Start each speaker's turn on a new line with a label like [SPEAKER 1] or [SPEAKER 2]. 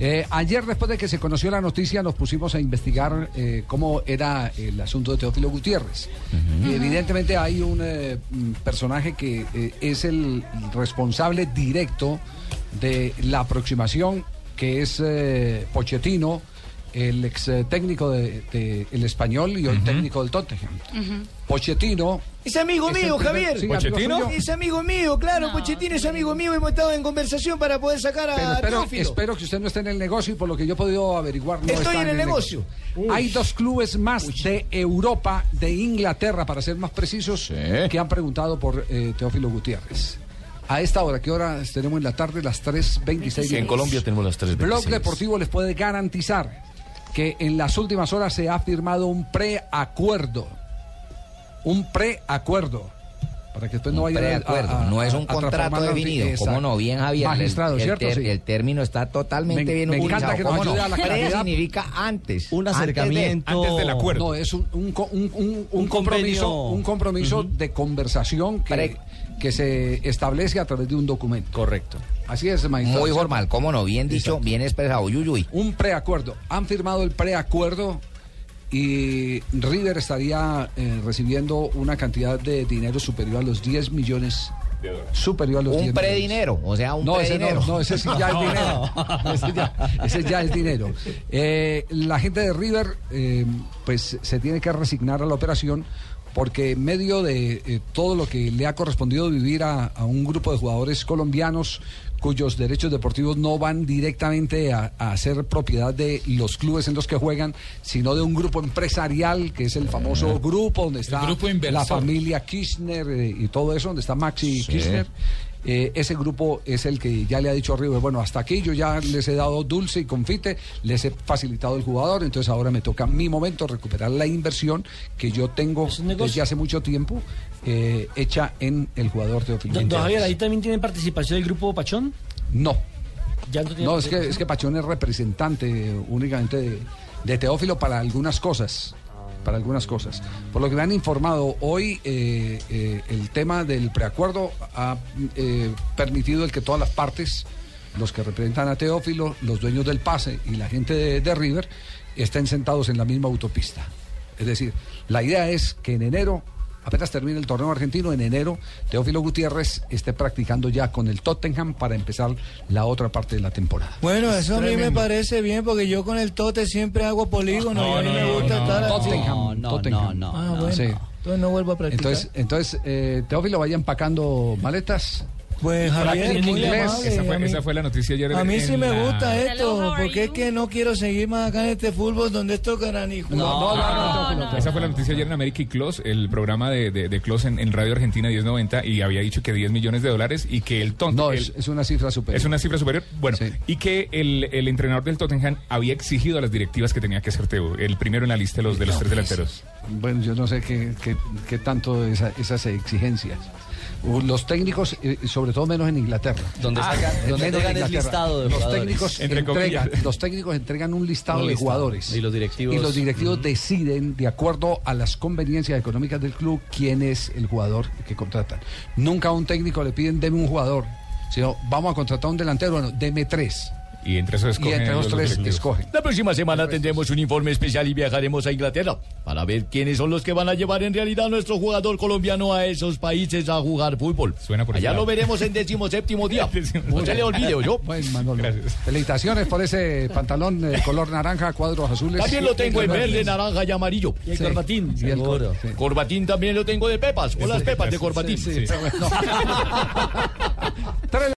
[SPEAKER 1] Eh, ayer, después de que se conoció la noticia, nos pusimos a investigar eh, cómo era el asunto de Teófilo Gutiérrez. Y Evidentemente hay un eh, mm, personaje que eh, es el responsable directo de la aproximación, que es eh, Pochettino, el ex eh, técnico del de, el español y hoy técnico del Tottenham. Pochettino
[SPEAKER 2] Es amigo
[SPEAKER 1] Es el
[SPEAKER 2] mío,
[SPEAKER 1] primer-
[SPEAKER 2] Javier.
[SPEAKER 1] sí, amigo ¿Pochettino? suyo.
[SPEAKER 2] Es amigo mío, claro. Pochettino es amigo mío. Hemos estado en conversación para poder sacar
[SPEAKER 1] Pero
[SPEAKER 2] a
[SPEAKER 1] espero,
[SPEAKER 2] Teófilo.
[SPEAKER 1] espero que usted no esté en el negocio y por lo que yo he podido averiguar no
[SPEAKER 2] Estoy
[SPEAKER 1] está
[SPEAKER 2] en el negocio.
[SPEAKER 1] Hay dos clubes más de Europa, de Inglaterra, para ser más precisos, que han preguntado por eh, Teófilo Gutiérrez. A esta hora, ¿qué hora tenemos en la tarde? Las 3.26.
[SPEAKER 3] En Colombia tenemos las tres
[SPEAKER 1] Blog
[SPEAKER 3] veintiséis.
[SPEAKER 1] Deportivo les puede garantizar que en las últimas horas se ha firmado un preacuerdo. Un preacuerdo. Para que usted no
[SPEAKER 4] Un
[SPEAKER 1] vaya a-
[SPEAKER 4] preacuerdo,
[SPEAKER 1] a- a-
[SPEAKER 4] no es un
[SPEAKER 1] a
[SPEAKER 4] contrato
[SPEAKER 1] transformar la
[SPEAKER 4] definido,
[SPEAKER 1] noticia.
[SPEAKER 4] como no, bien Javier, el-
[SPEAKER 1] Magistrado,
[SPEAKER 4] el,
[SPEAKER 1] ¿cierto?
[SPEAKER 4] ter-
[SPEAKER 1] Sí.
[SPEAKER 4] el término está totalmente
[SPEAKER 1] Me-
[SPEAKER 4] bien
[SPEAKER 1] me encanta
[SPEAKER 4] utilizado,
[SPEAKER 1] que nos
[SPEAKER 4] ¿cómo no?
[SPEAKER 1] ayude a la
[SPEAKER 4] Pre
[SPEAKER 1] claridad.
[SPEAKER 4] significa antes,
[SPEAKER 5] Un
[SPEAKER 4] antes de-
[SPEAKER 5] acercamiento.
[SPEAKER 6] antes del acuerdo.
[SPEAKER 1] No, es un, un, co- un- un- un
[SPEAKER 5] Un
[SPEAKER 1] compromiso,
[SPEAKER 5] convenio.
[SPEAKER 1] un compromiso de conversación que,
[SPEAKER 4] Pre-
[SPEAKER 1] que se establece a través de un documento.
[SPEAKER 6] Correcto.
[SPEAKER 1] Así es, magistrado.
[SPEAKER 4] muy formal, cómo no, bien dicho, bien expresado, uy, uy.
[SPEAKER 1] Un preacuerdo. Han firmado el preacuerdo y River estaría eh, recibiendo una cantidad de dinero superior a los 10 millones. Superior a los 10
[SPEAKER 4] un
[SPEAKER 1] millones.
[SPEAKER 4] predinero, o sea, un
[SPEAKER 1] No, ese
[SPEAKER 4] predinero.
[SPEAKER 1] no, no, ese sí ya es dinero. Ese ya, ese ya es dinero. Eh, la gente de River, eh, pues se tiene que resignar a la operación porque en medio de eh, todo lo que le ha correspondido vivir a, a un grupo de jugadores colombianos cuyos derechos deportivos no van directamente a, a ser propiedad de los clubes en los que juegan, sino de un grupo empresarial, que es el famoso grupo donde está
[SPEAKER 6] grupo
[SPEAKER 1] la
[SPEAKER 6] inversor.
[SPEAKER 1] familia Kirchner eh, y todo eso, donde está Maxi Kirchner. Eh, ese grupo es el que ya le ha dicho a River, bueno, hasta aquí yo ya les he dado dulce y confite, les he facilitado el jugador, entonces ahora me toca mi momento recuperar la inversión que yo tengo
[SPEAKER 5] Es un negocio.
[SPEAKER 1] desde hace mucho tiempo eh, hecha en el jugador Teófilo.
[SPEAKER 5] Don don
[SPEAKER 1] Gutiérrez.
[SPEAKER 5] Javier, ahí también tienen participación el grupo Pachón.
[SPEAKER 1] No,
[SPEAKER 5] ¿Ya no, tiene
[SPEAKER 1] no, es que,
[SPEAKER 5] participación?
[SPEAKER 1] es que Pachón es representante eh, únicamente de, de Teófilo para algunas cosas. Para algunas cosas. Por lo que me han informado hoy, eh, eh, el tema del preacuerdo ha eh, permitido el que todas las partes, los que representan a Teófilo, los dueños del pase y la gente de, de River, estén sentados en la misma autopista. Es decir, la idea es que en enero, apenas termine el torneo argentino, en enero Teófilo Gutiérrez esté practicando ya con el Tottenham para empezar la otra parte de la temporada.
[SPEAKER 7] Bueno, eso a mí me parece bien porque yo con el tote siempre hago polígono y a mí me gusta estar así.
[SPEAKER 1] Tottenham,
[SPEAKER 8] no,
[SPEAKER 1] Tottenham.
[SPEAKER 8] no, no,
[SPEAKER 7] Ah, bueno.
[SPEAKER 1] Sí.
[SPEAKER 7] Entonces no vuelvo a practicar.
[SPEAKER 1] Entonces, entonces eh, Teófilo vaya empacando maletas.
[SPEAKER 7] pues Javier,
[SPEAKER 5] practiquen
[SPEAKER 7] muy
[SPEAKER 5] inglés.
[SPEAKER 7] amable,
[SPEAKER 6] Esa
[SPEAKER 7] a
[SPEAKER 6] fue,
[SPEAKER 7] mí-
[SPEAKER 6] esa fue la noticia ayer.
[SPEAKER 7] A mí
[SPEAKER 6] en
[SPEAKER 7] sí me
[SPEAKER 6] la-
[SPEAKER 7] gusta eh.
[SPEAKER 8] Hello, how
[SPEAKER 7] esto,
[SPEAKER 8] are
[SPEAKER 7] porque es
[SPEAKER 8] you?
[SPEAKER 7] que no quiero seguir más acá en este fútbol donde esto carajo.
[SPEAKER 1] no,
[SPEAKER 8] no, no,
[SPEAKER 6] Esa fue la noticia ayer en América y Clos, el programa de, de, de Clos en, en Radio Argentina 1090, y había dicho que 10 millones de dólares y que el tonto.
[SPEAKER 1] No,
[SPEAKER 6] el-
[SPEAKER 1] es, es una cifra superior.
[SPEAKER 6] Es una cifra superior. Bueno,
[SPEAKER 1] Sí.
[SPEAKER 6] y que el, el entrenador del Tottenham había exigido a las directivas que tenía que ser Teo, el primero en la lista de los, de los tres
[SPEAKER 1] pues.
[SPEAKER 6] delanteros.
[SPEAKER 1] Bueno, yo no sé qué, qué- qué tanto esa- esas exigencias. Uh, Los técnicos, eh, sobre todo menos en Inglaterra. Ah,
[SPEAKER 8] Donde sacan- donde
[SPEAKER 1] menos en
[SPEAKER 8] entregan el
[SPEAKER 1] Inglaterra.
[SPEAKER 8] listado de
[SPEAKER 1] los
[SPEAKER 8] jugadores.
[SPEAKER 1] técnicos,
[SPEAKER 6] Entre
[SPEAKER 1] entregan,
[SPEAKER 6] comillas.
[SPEAKER 1] los técnicos entregan un listado
[SPEAKER 8] Un
[SPEAKER 1] de
[SPEAKER 8] listado.
[SPEAKER 1] jugadores.
[SPEAKER 8] Y los directivos- Mm.
[SPEAKER 1] Y los directivos deciden, de acuerdo a las conveniencias económicas del club, quién es el jugador que contratan. Nunca a un técnico le piden, deme un jugador, sino vamos a contratar a un delantero, bueno, deme tres.
[SPEAKER 6] Y entre esos
[SPEAKER 1] Y
[SPEAKER 6] escogen.
[SPEAKER 1] entre los tres
[SPEAKER 6] directivos.
[SPEAKER 1] escogen.
[SPEAKER 9] La próxima semana tendremos un informe especial y viajaremos a Inglaterra para ver quiénes son los que van a llevar en realidad a nuestro jugador colombiano a esos países a jugar fútbol.
[SPEAKER 6] Suena por ese
[SPEAKER 9] Allá
[SPEAKER 6] lado.
[SPEAKER 9] lo veremos en décimo séptimo día.
[SPEAKER 6] Décimo
[SPEAKER 9] No se le olvide, yo.
[SPEAKER 1] Bueno, Manolo.
[SPEAKER 6] Gracias.
[SPEAKER 1] Felicitaciones por ese pantalón eh, color naranja, cuadros azules.
[SPEAKER 9] También lo tengo en verde,
[SPEAKER 1] naranja.
[SPEAKER 9] naranja y amarillo.
[SPEAKER 5] Y el corbatín.
[SPEAKER 1] Y el cor- sí.
[SPEAKER 9] Corbatín también lo tengo de pepas, o las pepas de corbatín.
[SPEAKER 1] Sí, sí. Tres